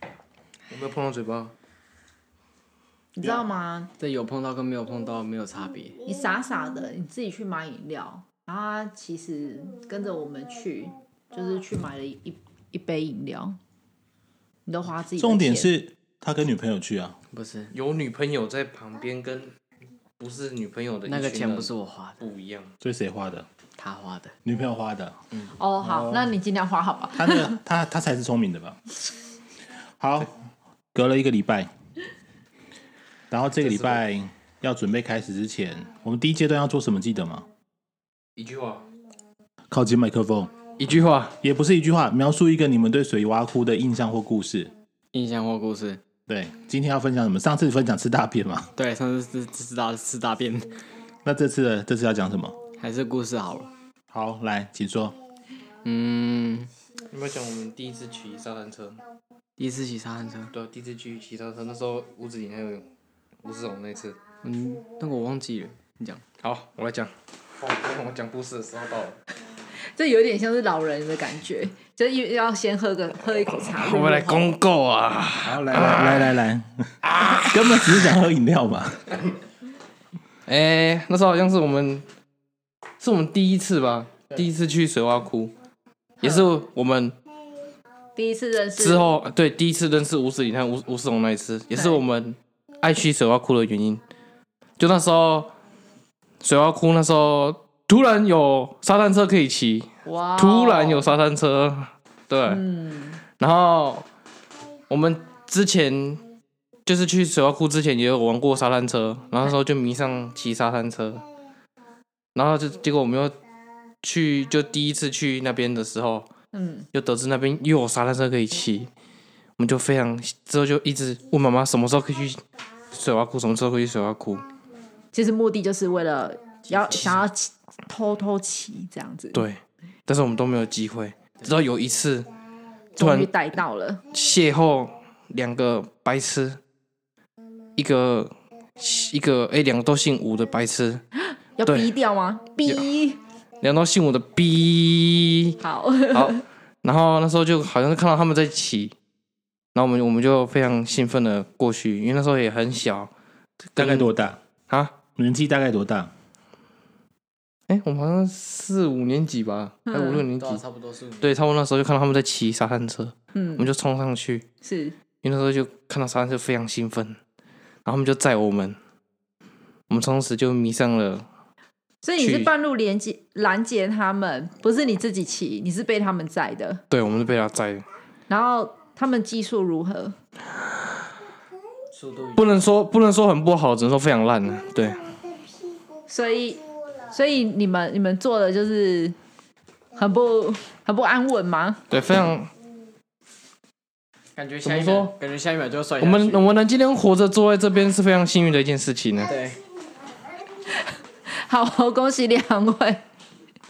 没有碰到嘴巴。你知道吗？这有碰到跟没有碰到没有差别。你傻傻的，你自己去买饮料，然后他其实跟着我们去，就是去买了一一杯饮料，你都花自己的重点钱是他跟女朋友去啊，不是，有女朋友在旁边，跟不是女朋友的一那个群钱人不是我花的，不一样。所以谁花的？他花的。女朋友花的。哦，好，那你尽量花好吧。他那个 他他才是聪明的吧？好，隔了一个礼拜，然后这个礼拜要准备开始之前，我们第一阶段要做什么？记得吗？一句话，靠近麦克风，一句话，也不是一句话，描述一个你们对水洼窟的印象或故事。印象或故事。对，今天要分享什么？上次分享吃大便嘛， 对，上次是吃大吃大便，那这次的这次要讲什么？还是故事好了。好，来，请说。嗯，有没有讲我们第一次骑沙滩车？第一次骑沙滩车，对啊，第一次去骑沙滩车，那时候屋子里还有吴志勇那次。嗯，那个我忘记了，你讲。好，我来讲。哦，我讲故事的时候到了。这有点像是老人的感觉，就是又要先喝个喝一口茶。我们来公公告啊！好，来来来来来， 根本只是想喝饮料嘛。哎、那时候好像是我们，是我们第一次吧，第一次去水洼窟，也是我们第一次认识之，后对第一次认识吴子林和吴吴世荣那一次，也是对我们爱去水洼窟的原因。就那时候，水洼窟那时候突然有沙滩车可以骑，哇哦，突然有沙滩车，对，嗯，然后我们之前就是去水洼窟之前也有玩过沙滩车，然后那时候就迷上骑沙滩车，然后就结果我们又去就第一次去那边的时候，嗯，又得知那边又有沙滩车可以骑，我们就非常之后就一直问妈妈什么时候可以去水洼窟，什么时候可以去水洼窟。其实目的就是为了要想要骑偷偷骑这样子，，对，但是我们都没有机会，直到有一次突终然于逮到了，邂逅两个白痴，一个一个哎，两、个都姓吴的白痴，要对逼掉吗？逼，两个都姓吴的逼。好，好，然后那时候就好像是看到他们在骑，然后我们我们就非常兴奋的过去，因为那时候也很小，大跟概多大？啊？年纪大概多大？哎、我们好像四五年级吧，还嗯五六年级，差不多是。对，对，差不多那时候就看到他们在骑沙滩车，我 嗯们，就冲上去，是因为那时候就看到沙滩车非常兴奋，然后他们就载我们，我们从此就迷上了。所以你是去半路连接拦截他们，不是你自己骑，你是被他们载的。对，我们是被他载的，然后他们技术如何？速度不能说不能说很不好，只能说非常烂了。对，所以，所以你们你们做的就是很不很不安稳吗？对，非 常。感觉怎下么一说秒，感觉下一秒就要摔下我去。们我们能今天活着坐在这边是非常幸运的一件事情呢，对，好， 恭喜两位，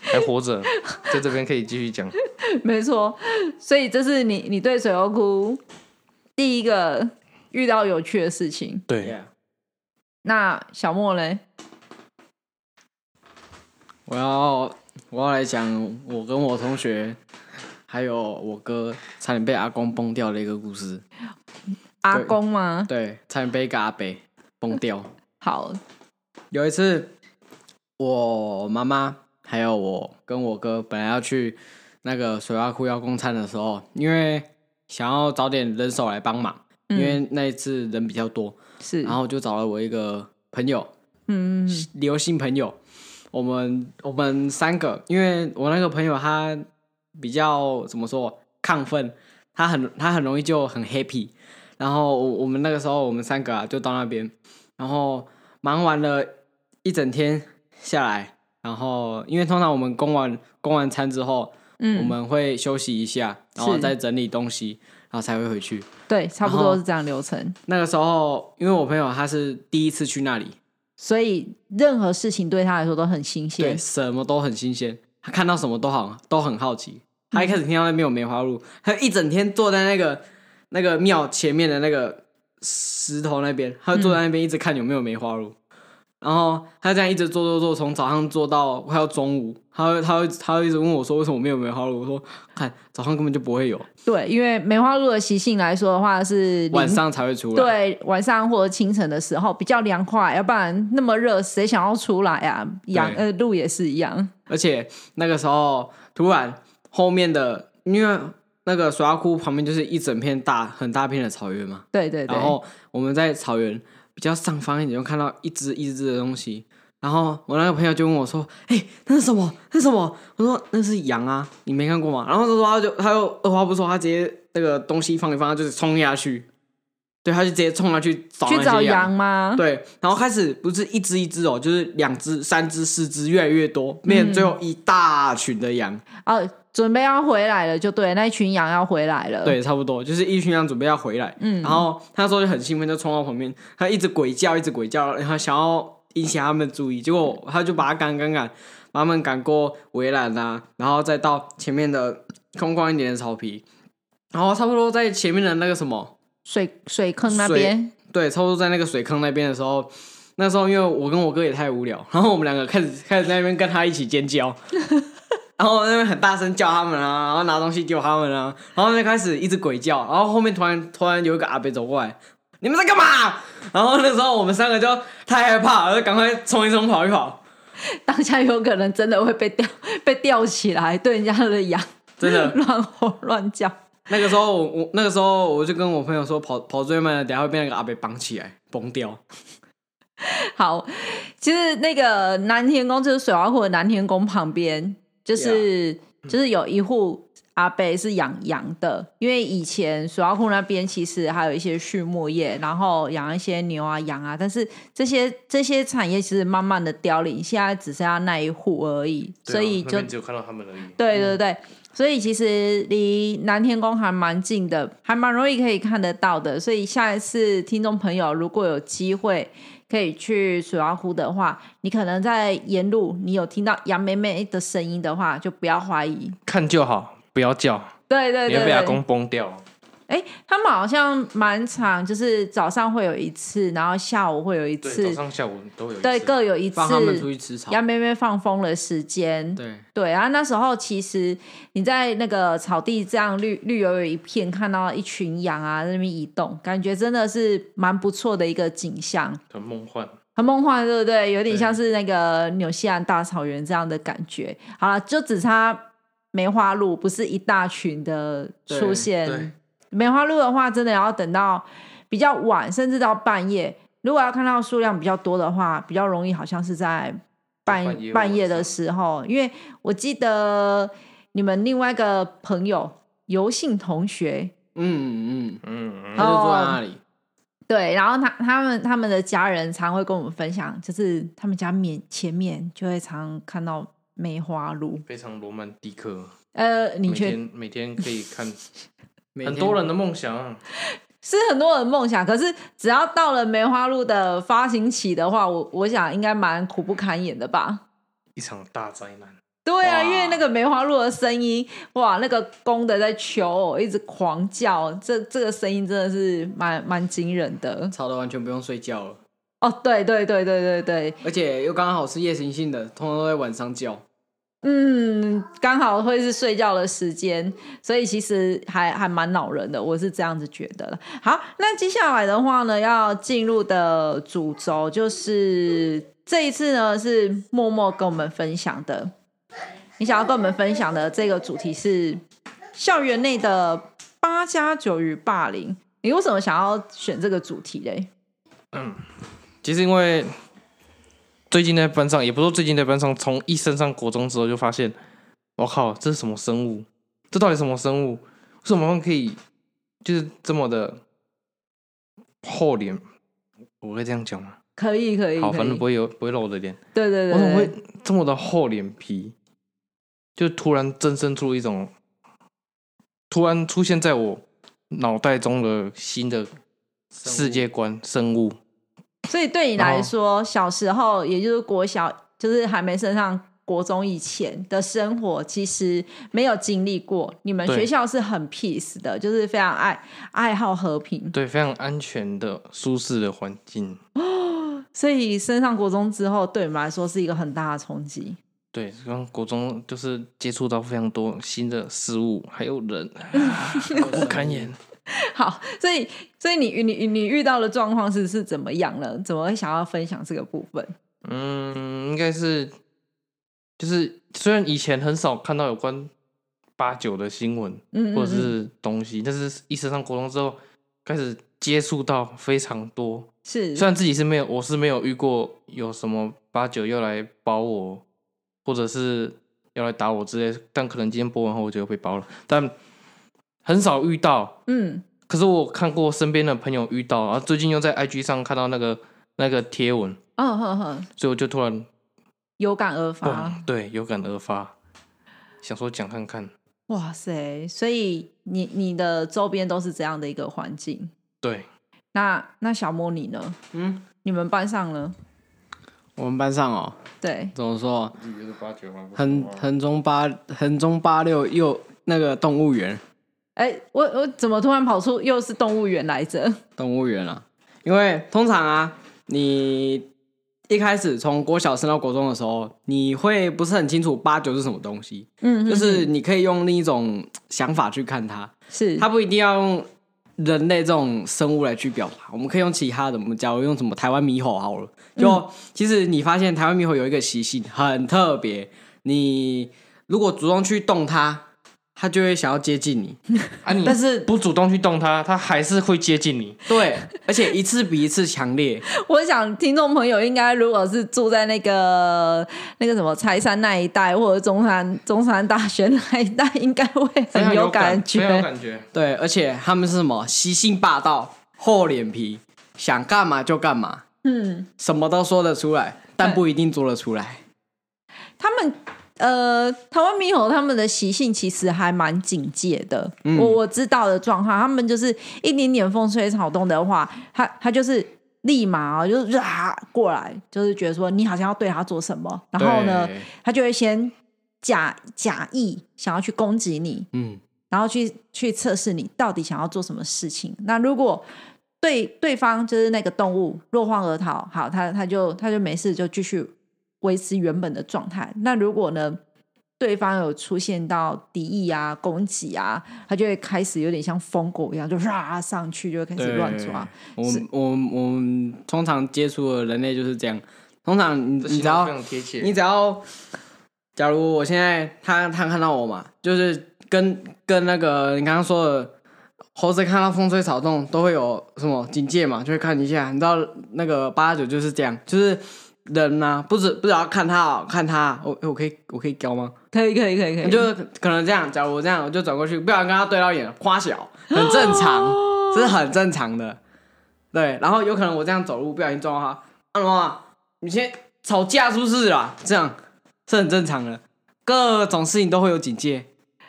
还活着，在这边可以继续讲。没错。所以这是你你对水沟窟第一个遇到有趣的事情。对，啊 Yeah 那小莫嘞？我要我要来讲我跟我同学，还有我哥差点被阿公崩掉的一个故事。阿公吗？对，差点被一个阿伯崩掉。好，有一次，我妈妈还有我跟我哥本来要去那个水洼窟要供餐的时候，因为想要找点人手来帮忙，因为那一次人比较多，是然，后就找了我一个朋友，嗯，刘姓朋友，我们我们三个，因为我那个朋友他比较怎么说亢奋，他很他很容易就很 happy，然后我我们那个时候我们三个啊就到那边，然后忙完了一整天下来，然后因为通常我们供完供完餐之后，嗯我们会休息一下，然后是再整理东西，然后才会回去。对，差不然后多是这样流程。那个时候，因为我朋友他是第一次去那里，所以任何事情对他来说都很新对，鲜。什么都很新鲜，他看到什么都好，都很好奇。他一开始听到那边有梅花鹿，他一整天坐在那个那个庙前面的那个石头那边，他就坐在那边一直看有没有梅花鹿。然后他这样一直做做做，从早上做到快要中午，他会他会他会一直问我说为什么没有梅花鹿，我说看早上根本就不会有，对，因为梅花鹿的习性来说的话是晚零上才会出来。，对晚上或者清晨的时候比较凉快，要不然那么热，谁想要出来啊？羊对呃鹿也是一样，而且那个时候突然后面的，因为那个水洼窟旁边就是一整片大很大片的草原嘛，对对对然，后我们在草原比较上方一点就看到一只一只的东西，然后我那个朋友就问我说：“哎、那是什么？那是什么？”我说：“那是羊啊，你没看过吗？”然后他说他啊就他就二话不说，他直接那个东西放一放，他就是冲下去，对，他就直接冲下去找去那找些羊吗？对，然后开始不是一只一只哦，就是两只、三只、四只，越来越多，嗯面最后一大群的羊，哦，准备要回来了，就对，那一群羊要回来了，，对，差不多就是一群羊准备要回来，嗯，然后他那时候就很兴奋，就冲到旁边，他一直鬼叫，一直鬼叫，然后想要引起他们的注意，结果他就把他赶赶赶，把他们赶过围栏啊，然后再到前面的空旷一点的草皮，然后差不多在前面的那个什么。水水坑那水边，对，差不多在那个水坑那边的时候，那时候因为我跟我哥也太无聊，然后我们两个开始开始在那边跟他一起 尖叫，然后那边很大声叫他们啊，然后拿东西丢他们啊，然后就开始一直鬼叫，然后后面突然突然有一个阿伯走过来。你们在干嘛？然后那时候我们三个就太害怕了，就赶快冲一冲，跑一跑。 当下有可能真的会被吊 被吊起来，对人家的羊真 的乱吼乱叫。那个时候我我那个时候我就跟我朋友说，跑跑最慢的，等一下会被那个阿伯绑起来，崩掉。 好，其实那个南天宫就是水洼湖的南天宫旁边，就是嗯就是有一户阿伯是养羊的，因为以前水洼湖那边其实还有一些畜牧业，然后养一些牛啊羊啊，但是这些这些产业其实慢慢的凋零，现在只剩下那一户而已，所以就只有看到他们而已。对对对，所以其实离南天宫还蛮近的，还蛮容易可以看得到的。所以下一次听众朋友如果有机会可以去水洼湖的话，你可能在沿路你有听到杨妹妹的声音的话，就不要怀疑。看就好，不要叫，对对你会被阿对对公，崩掉。哎，他们好像蛮常，就是早上会有一次，然后下午会有一对，早次，上下午都会有一次。对，各有一次放。他们出去吃草。杨妹妹放风的时间，对，对啊，那时候其实你在那个草地这样绿绿油油一片，看到一群羊啊在那边移动，感觉真的是蛮不错的一个景象，很梦幻。很梦幻，对不对？有点对像是那个纽西兰大草原这样的感觉。好了，就只差梅花鹿不是一大群的出现嗯对。梅花鹿的话，真的要等到比较晚，甚至到半夜。如果要看到数量比较多的话，比较容易，好像是在半半夜或半夜晚的上时候，因为我记得你们另外一个朋友游信同学，嗯嗯，嗯，他就坐在那里。对，然后他他们他们的家人常会跟我们分享，就是他们家面前面就会常看到梅花鹿。非常罗曼蒂克。呃，你每觉天得每天可以 看每很天多人的梦想啊，是很多人梦想，可是只要到了梅花鹿的发行期的话，我我想应该蛮苦不堪言的吧。一场大灾难。对啊，哇因为那个梅花鹿的声音，哇，那个公的在求偶，一直狂叫，这这个声音真的是蛮蛮惊人的。吵得完全不用睡觉了，哦，对对对对对对，而且又刚好是夜行性的，通常都在晚上叫。嗯，刚好会是睡觉的时间，所以其实还还蛮恼人的，我是这样子觉得的。好，那接下来的话呢，要进入的主轴就是这一次呢是默默跟我们分享的，你想要跟我们分享的这个主题是校园内的八加九与霸凌，你为什么想要选这个主题嘞？其实因为最近在班上，也不是说最近在班上，从一升上国中之后就发现，我靠，这是什么生物？这到底什么生物？为什么他们可以就是这么的厚脸？我会这样讲吗？可以可以，好，可反正以不会有不会露我的脸。对对我怎么对对会，这么的厚脸皮？就突然增生出一种，突然出现在我脑袋中的新的世界观生物。所以对你然来后说，小时候也就是国小，就是还没升上国中以前的生活，其实没有经历过。你们对学校是很 peace 的，就是非常爱爱好和平。对，非常安全的、舒适的环境。所以升上国中之后，对你们来说是一个很大的冲击。对，刚国中就是接触到非常多新的事物，还有人，不堪言。好，所以所以你你你遇到的状况是是怎么样了？怎么会想要分享这个部分？嗯，应该是，就是虽然以前很少看到有关八九的新闻嗯，嗯或者嗯是东西，但是一升上国中之后，开始接触到非常多。是虽然自己是没有，我是没有遇过有什么八九要来包我，或者是要来打我之类的，但可能今天播完后我就被包了，但很少遇到。嗯可是我看过身边的朋友遇到，然后最近又在 IG 上看到那个那个贴文，嗯哼哼，所以我就突然有感而蹦、发。对有感而发，想说讲看看。哇塞！所以你你的周边都是这样的一个环境。对那那小莫你呢？嗯，你们班上呢？我们班上哦，对，怎么说，就是八九吗？横横中八横中八六又那个动物园，哎、我我怎么突然跑出又是动物园来着？动物园啊，因为通常啊，你一开始从国小升到国中的时候，你会不是很清楚八九是什么东西，嗯，就是你可以用另一种想法去看它，是它不一定要用人类这种生物来去表达，我们可以用其他的，我们假如用什么台湾猕猴好了，就、其实你发现台湾猕猴有一个习性很特别，你如果主动去动它，它就会想要接近你，啊你，但是不主动去动它，它还是会接近你。对，而且一次比一次强烈，我想听众朋友应该如果是住在那个那个什么柴山那一带，或者中山中山大学那一带，应该会非很常有感非常有觉。感觉。对，而且他们是什么习性霸道、厚脸皮，想干嘛就干嘛，嗯，什么都说得出来，但对不一定做得出来。他们呃，台湾猕猴他们的习性其实还蛮警戒的。嗯我我知道的状况，他们就是一点点风吹草动的话，他他就是。立马、哦、就是啊过来，就是觉得说你好像要对他做什么，然后呢，对，他就会先假假意想要去攻击你，嗯，然后去去测试你到底想要做什么事情。那如果对对方就是那个动物落荒而逃，好，他他就他就没事，就继续维持原本的状态。那如果呢，对方有出现到敌意啊、攻击啊，他就会开始有点像疯狗一样，就唰上去，就会开始乱抓。我们我们我们通常接触的人类就是这样，通常你这你形只容要非常贴切。你只要，假如我现在他他看到我嘛，就是跟跟那个你刚刚说的猴子看到风吹草动都会有什么警戒嘛，就会看一下。你知道那个八九就是这样，就是人呐、不止不只要看他哦，看他，我我可以我可以教吗？可以，可以，可以，可你以，就可能这样，假如我这样，我就转过去，不小心跟他对到眼了，花小，很正常，这是很正常的。对，然后有可能我这样走路不小心撞到他，阿龙啊，你先吵架是不是啦？这样是很正常的，各种事情都会有警戒，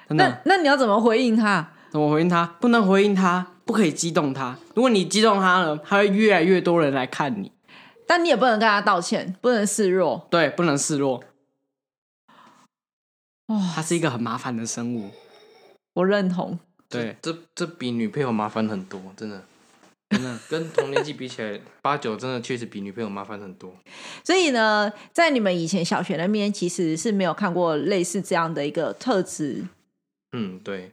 真那的。那你要怎么回应他？怎么回应他？不能回应他，不可以激动他。如果你激动他了，他会越来越多人来看你。但你也不能跟他道歉，不能示弱。对，不能示弱，哇、他是一个很麻烦的生物。哦我认同。对，这这比女朋友麻烦很多，真的。真的跟同年纪比起来，八九真的确实比女朋友麻烦很多。所以呢，在你们以前小学那边，其实是没有看过类似这样的一个特质。嗯，对，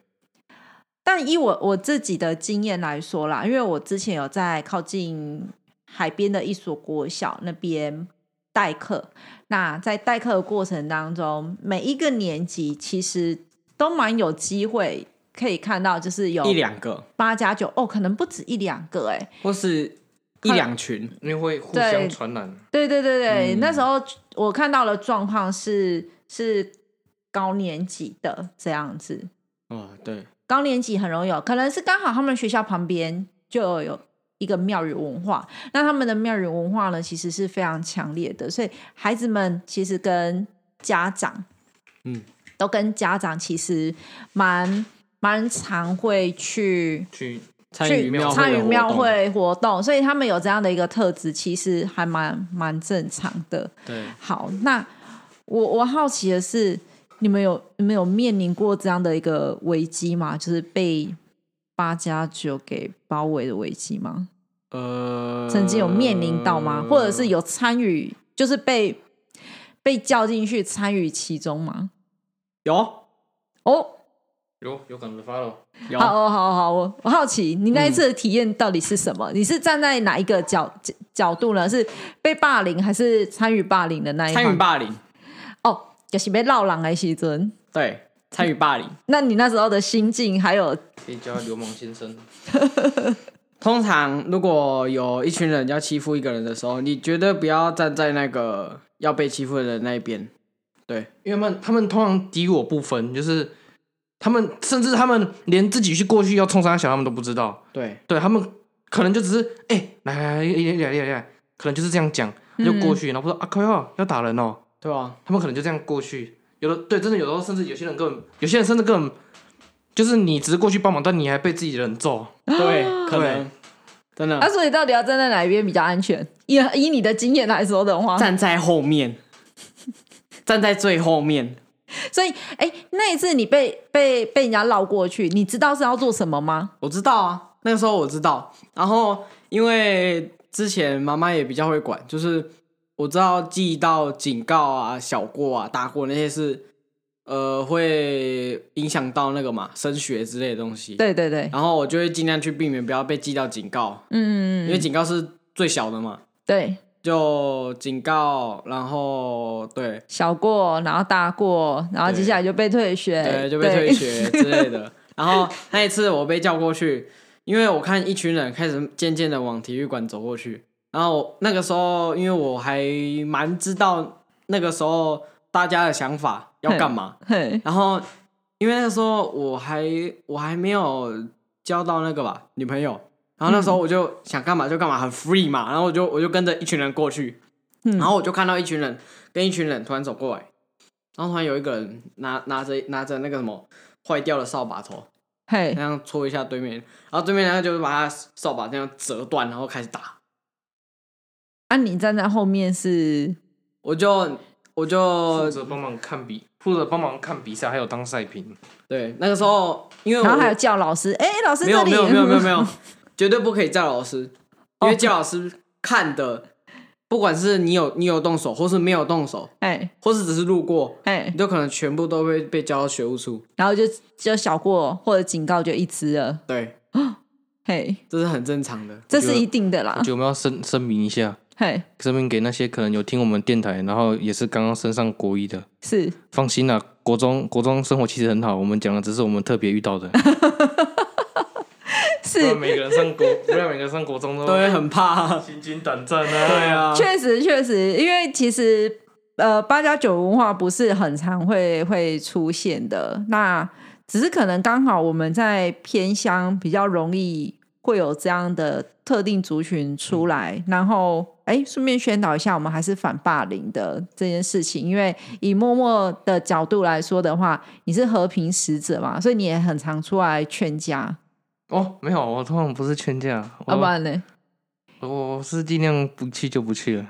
但以我我自己的经验来说啦，因为我之前有在靠近海边的一所国小那边代课，那在代课的过程当中，每一个年级其实都蛮有机会可以看到，就是有一两个八加九哦，可能不止一两个哎、或是一两群，因为会互对相传染。对对对对，那嗯时候我看到的状况是是高年级的这样子，哦，对，高年级很容易有，可能是刚好他们学校旁边就有一个庙宇文化，那他们的庙宇文化呢，其实是非常强烈的，所以孩子们其实跟家长，嗯，都跟家长其实蛮蛮常会去去参去与庙会参与的活庙动会活动，所以他们有这样的一个特质，其实还蛮蛮正常的。对，好，那我我好奇的是，你们有你们有面临过这样的一个危机吗？就是被八加九给包围的危机吗？呃，曾经有面临到吗？或者是有参与，就是被被叫进去参与其中吗？有哦，有有感觉发了。有好哦，好好，我我好奇你那一次的体验到底是什嗯么？你是站在哪一个角角角度呢？是被霸凌还是参与霸凌的那一方参与霸凌，哦，就是被闹狼的时阵。对， 参与霸凌。那你那时候的心境，还有可以叫他流氓先生。通常如果有一群人要欺负一个人的时候，你绝对不要站在那个要被欺负的人那一边。对，因为他们他们通常敌我不分，就是他们甚至他们连自己去过去要冲啥小，他们都不知道。对，对他们可能就只是哎、来来来来来来来，可能就是这样讲，他就过去，然后说啊靠要要打人哦，对 啊，他们可能就这样过去。有的对，真的有时候甚至有些人根本，有些人甚至根本就是你只是过去帮忙，但你还被自己的人揍。对，可能真啊，的所以到底要站在哪一边比较安全？以以你的经验来说的话，站在后面， 站在最后面。所以哎、那一次你被被被人家绕过去，你知道是要做什么吗？我知道啊，那个时候我知道。然后因为之前妈妈也比较会管，就是我知道记到警告啊、小过啊、大过那些是，呃，会影响到那个嘛升学之类的东西。。对对对，然后我就会尽量去避免不要被记到警告，因嗯，为警告是最小的嘛，对，就警告，然后对小过，然后大过，然后接下来就被退学，对就被退。学之类的。然后那一次我被叫过去，因为我看一群人开始渐渐的往体育馆走过去，然后我那个时候因为我还蛮知道那个时候大家的想法要干嘛， 嘿，然后因为那个时候我还我还没有交到那个吧女朋友，然后那时候我就想干嘛就干嘛，很 free 嘛，然后我就我就跟着一群人过去，嗯然后我就看到一群人跟一群人突然走过来，然后突然有一个人拿拿着拿着那个什么坏掉的扫把头，嘿那，样戳一下对面，然后对面那个就是把他扫把这样折断，然后开始打，啊，你站在后面是我就我负就责帮忙看比，负责帮忙看比赛，还有当赛评。对那个时候因为 然后我还有叫老师，哎、老师没这有里没有没有 没有没有，绝对不可以叫老师，因为叫老师看的，不管是你有你有动手，或是没有动手，哎或是只是路过，哎你，都可能全部都会被叫到学务处。然后就就小过或者警告就一只了，对，嘿，这是很正常的。这我觉是得一定的啦我觉，得我们要声声明一下，嘿，声明给那些可能有听我们电台，然后也是刚刚升上国一的，是放心啦、国中国中生活其实很好，我们讲的只是我们特别遇到的， 不是，每个人上国，不然每个人上国中都都会很怕。心惊胆战啊。对啊，确实确实，因为其实呃八加九文化不是很常会会出现的，那只是可能刚好我们在偏乡比较容易会有这样的特定族群出嗯来，然后哎顺便宣导一下，我们还是反霸凌的这件事情，因为以默默的角度来说的话，你是和平使者嘛，所以你也很常出来劝架， 哦，没有，我通常啊不是劝架，要、不我然呢？我是尽量不去就不去了。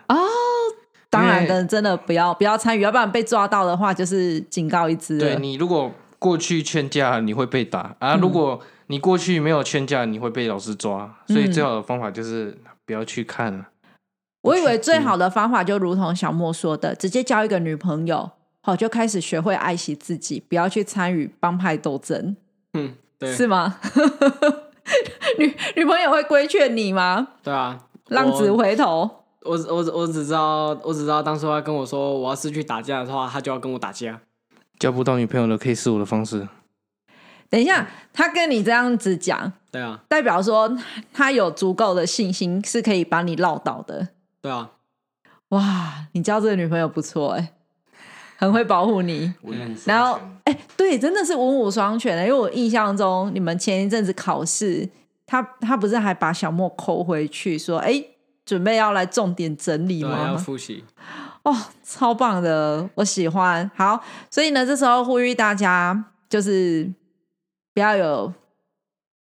当然因为的，真的不要不要参与，要不然被抓到的话就是警告一只了。对你如果过去劝架，你会被打啊；嗯如果你过去没有劝架，你会被老师抓。所以最好的方法就是不要去看了。我以为嗯最好的方法就如同小莫说的，直接交一个女朋友，好就开始学会爱惜自己，不要去参与帮派斗争，嗯，对，是吗？ 女女朋友会规劝你吗？对啊。浪子我回头，我我我只知道，我只知道当初他跟我说，我要是去打架的话，他就要跟我打架。交不到女朋友的可以是我的方式。等一下，嗯他跟你这样子讲，对啊，代表说他有足够的信心是可以把你绕倒的。对啊，哇，你交这个女朋友不错哎、很会保护你。嗯然后，哎、对，真的是文武双全的。欸因为我印象中，你们前一阵子考试，他他不是还把小莫扣回去说，哎、准备要来重点整理对啊，要吗？复习。哇、超棒的，我喜欢。好，所以呢，这时候呼吁大家，就是不要有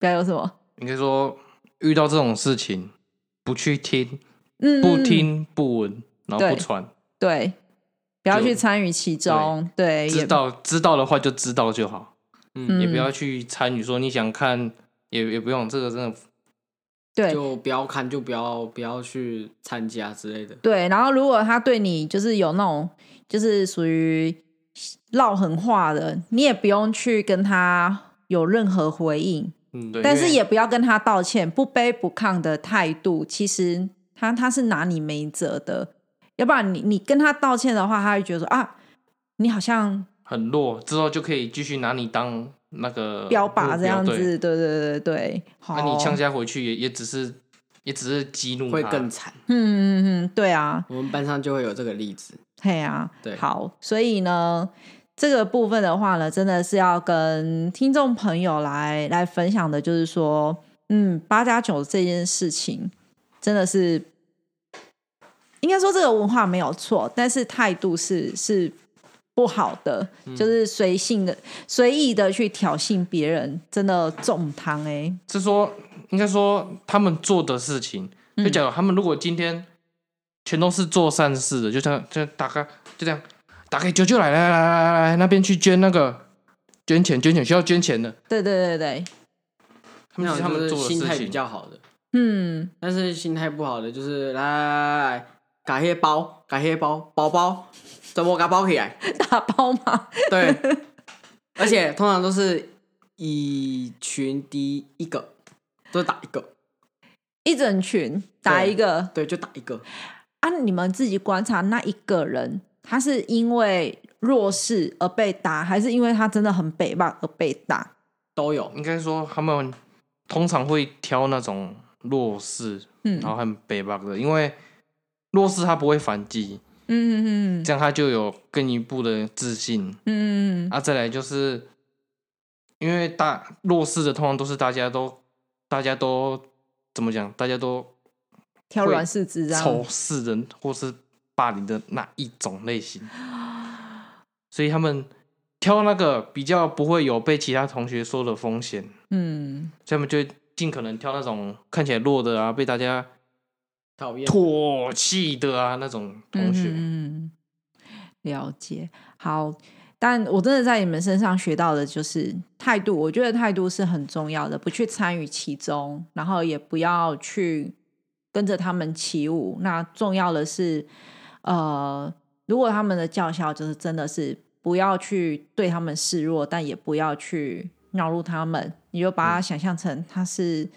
不要有什么，应该说遇到这种事情，不去听，嗯，不，听不闻，然后对不传。对，不要就去参与其中，对，知也道知道的话就知道就好，嗯也不要去参与。说你想看，也也不用这个真的对就不要看，就不要不要去参加之类的。对，然后如果他对你就是有那种就是属于唠狠话的，你也不用去跟他有任何回应，嗯，对但是因为也不要跟他道歉，不卑不亢的态度，其实他他是拿你没辙的。要不然你你跟他道歉的话，他会觉得说啊，你好像很弱，之后就可以继续拿你当那个标靶这样目标对子，对对对对，好，那啊你呛下回去也也只是也只是激怒哦会他更惨。嗯嗯嗯，对啊，我们班上就会有这个例子。嘿啊，对好，所以呢，这个部分的话呢，真的是要跟听众朋友来来分享的，就是说，嗯，八加九这件事情真的是，应该说这个文化没有错，但是态度是是不好的，嗯就是随性的、随意的去挑衅别人，真的中汤哎、是说，应该说他们做的事情，嗯就假如他们如果今天全都是做善事的，就像就打开就这样打开九九来来来来来来那边去捐那个捐钱捐钱需要捐钱的，对对对对，他们那是他种们就是做的心态事比情。较好的，嗯， 但是心态不好的就是来来来来，改黑包，改黑包，包包，怎么给包起来？打包嘛，对， 而且通常都是以群敌一个，都打一个，一整群打对一个。对，就打一个，啊，你们自己观察那一个人，他是因为弱势而被打，还是因为他真的很北棒而被打？都有。应该说他们通常会挑那种弱势，嗯然后很北巴的，因为弱势他不会反击，嗯嗯这样他就有更一步的自信。嗯嗯啊，再来就是因为大弱势的，通常都是大家都大家都怎么讲，大家都挑软柿子这仇样。视人或是霸凌的那一种类型，所以他们挑那个比较不会有被其他同学说的风险，嗯，所以他们就会尽可能挑那种看起来弱的啊，被大家讨厌，唾弃的啊那种同学。嗯，了解。好，但我真的在你们身上学到的就是态度，我觉得态度是很重要的，不去参与其中，然后也不要去跟着他们起舞。那重要的是，呃，如果他们的叫嚣就是真的是不要去对他们示弱，但也不要去扰怒他们，你就嗯把它想象成他是。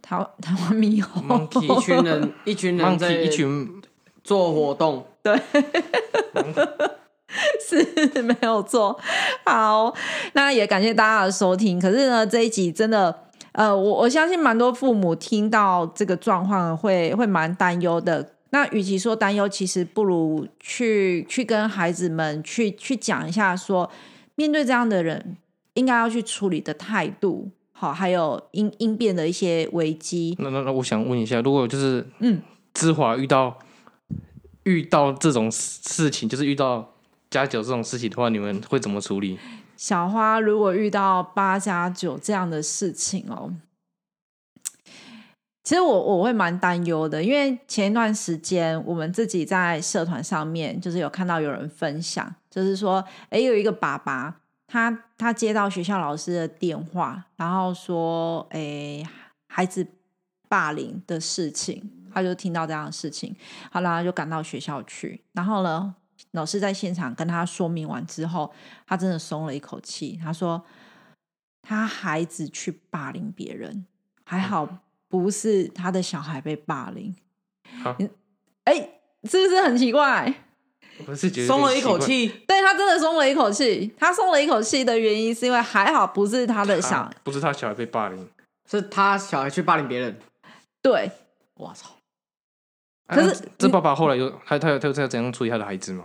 台台湾猕猴 Monkey 一群 人，一群人在 monkey 一群做活动， 是没有错。好，那也感谢大家的收听。可是呢，这一集真的，呃，我我相信蛮多父母听到这个状况会会蛮担忧的。那与其说担忧，其实不如去去跟孩子们去去讲一下说面对这样的人，应该要去处理的态度，好，还有应应变的一些危机。那那那，我想问一下，如果就是嗯，芝华遇到遇到这种事事情，就是遇到加九这种事情的话，你们会怎么处理？小花如果遇到八加九这样的事情哦，其实我我会蛮担忧的，因为前一段时间我们自己在社团上面就是有看到有人分享，就是说，诶，有一个爸爸，他他接到学校老师的电话，然后说，诶，孩子霸凌的事情，他就听到这样的事情，好啦，然后就赶到学校去，然后呢，老师在现场跟他说明完之后，他真的松了一口气，他说他孩子去霸凌别人，还好不是他的小孩被霸凌啊。嗯哎、是不是很奇怪？我是觉得有松点了一口奇怪，气，对他真的松了一口气，他松了一口气的原因是因为还好不是他的小啊，不是他小孩被霸凌，是他小孩去霸凌别人。对，我操！啊可是那这爸爸后来有他他有他有怎样处理他的孩子吗？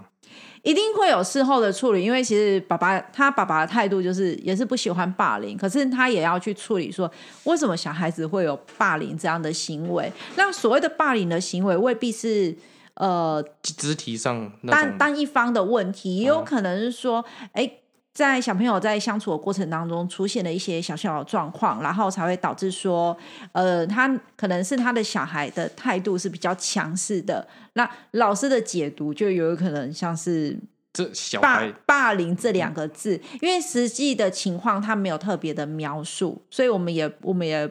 一定会有事后的处理，因为其实爸爸他爸爸的态度就是也是不喜欢霸凌，可是他也要去处理说为什么小孩子会有霸凌这样的行为。那所谓的霸凌的行为未必是呃肢体上那单种单一方的问题，也有可能是说，哎、在小朋友在相处的过程当中出现了一些小小的状况，然后才会导致说，呃，他可能是他的小孩的态度是比较强势的，那老师的解读就有可能像是这小霸孩嗯霸凌这两个字，因为实际的情况他没有特别的描述，所以我们也我们也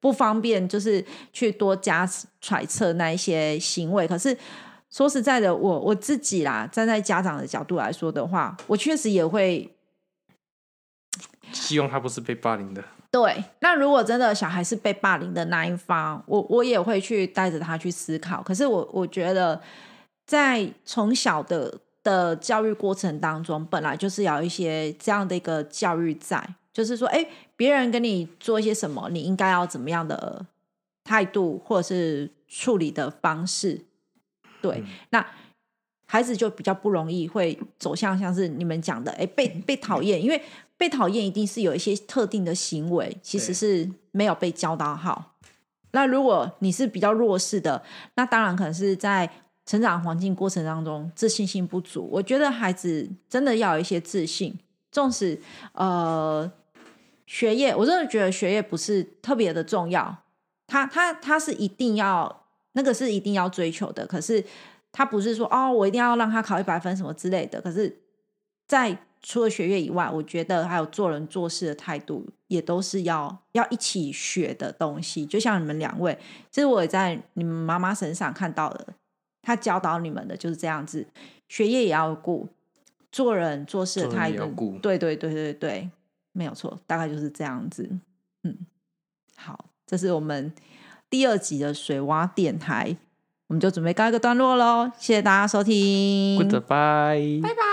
不方便，就是去多加揣测那一些行为。可是说实在的，我我自己啦，站在家长的角度来说的话，我确实也会希望他不是被霸凌的。对，那如果真的小孩是被霸凌的那一方，我我也会去带着他去思考。可是我我觉得，在从小的的教育过程当中，本来就是有一些这样的一个教育在，就是说，哎，别人跟你做一些什么，你应该要怎么样的态度，或者是处理的方式。对，那孩子就比较不容易会走向像是你们讲的，哎，被被讨厌，因为被讨厌一定是有一些特定的行为，其实对是没有被教导好。那如果你是比较弱势的，那当然可能是在成长环境过程当中自信心不足。我觉得孩子真的要有一些自信，纵使呃学业，我真的觉得学业不是特别的重要，他他他是一定要那个是一定要追求的，可是他不是说哦，我一定要让他考一百分什么之类的。可是，在除了学业以外，我觉得还有做人做事的态度，也都是要要一起学的东西。就像你们两位，这是我也在你们妈妈身上看到的，她教导你们的就是这样子，学业也要顾，做人做事的做人态也要度顾，对对对对对，没有错，大概就是这样子。嗯，好，这是我们第二集的水洼电台，我们就准备告一个段落喽。谢谢大家收听 Goodbye，拜拜。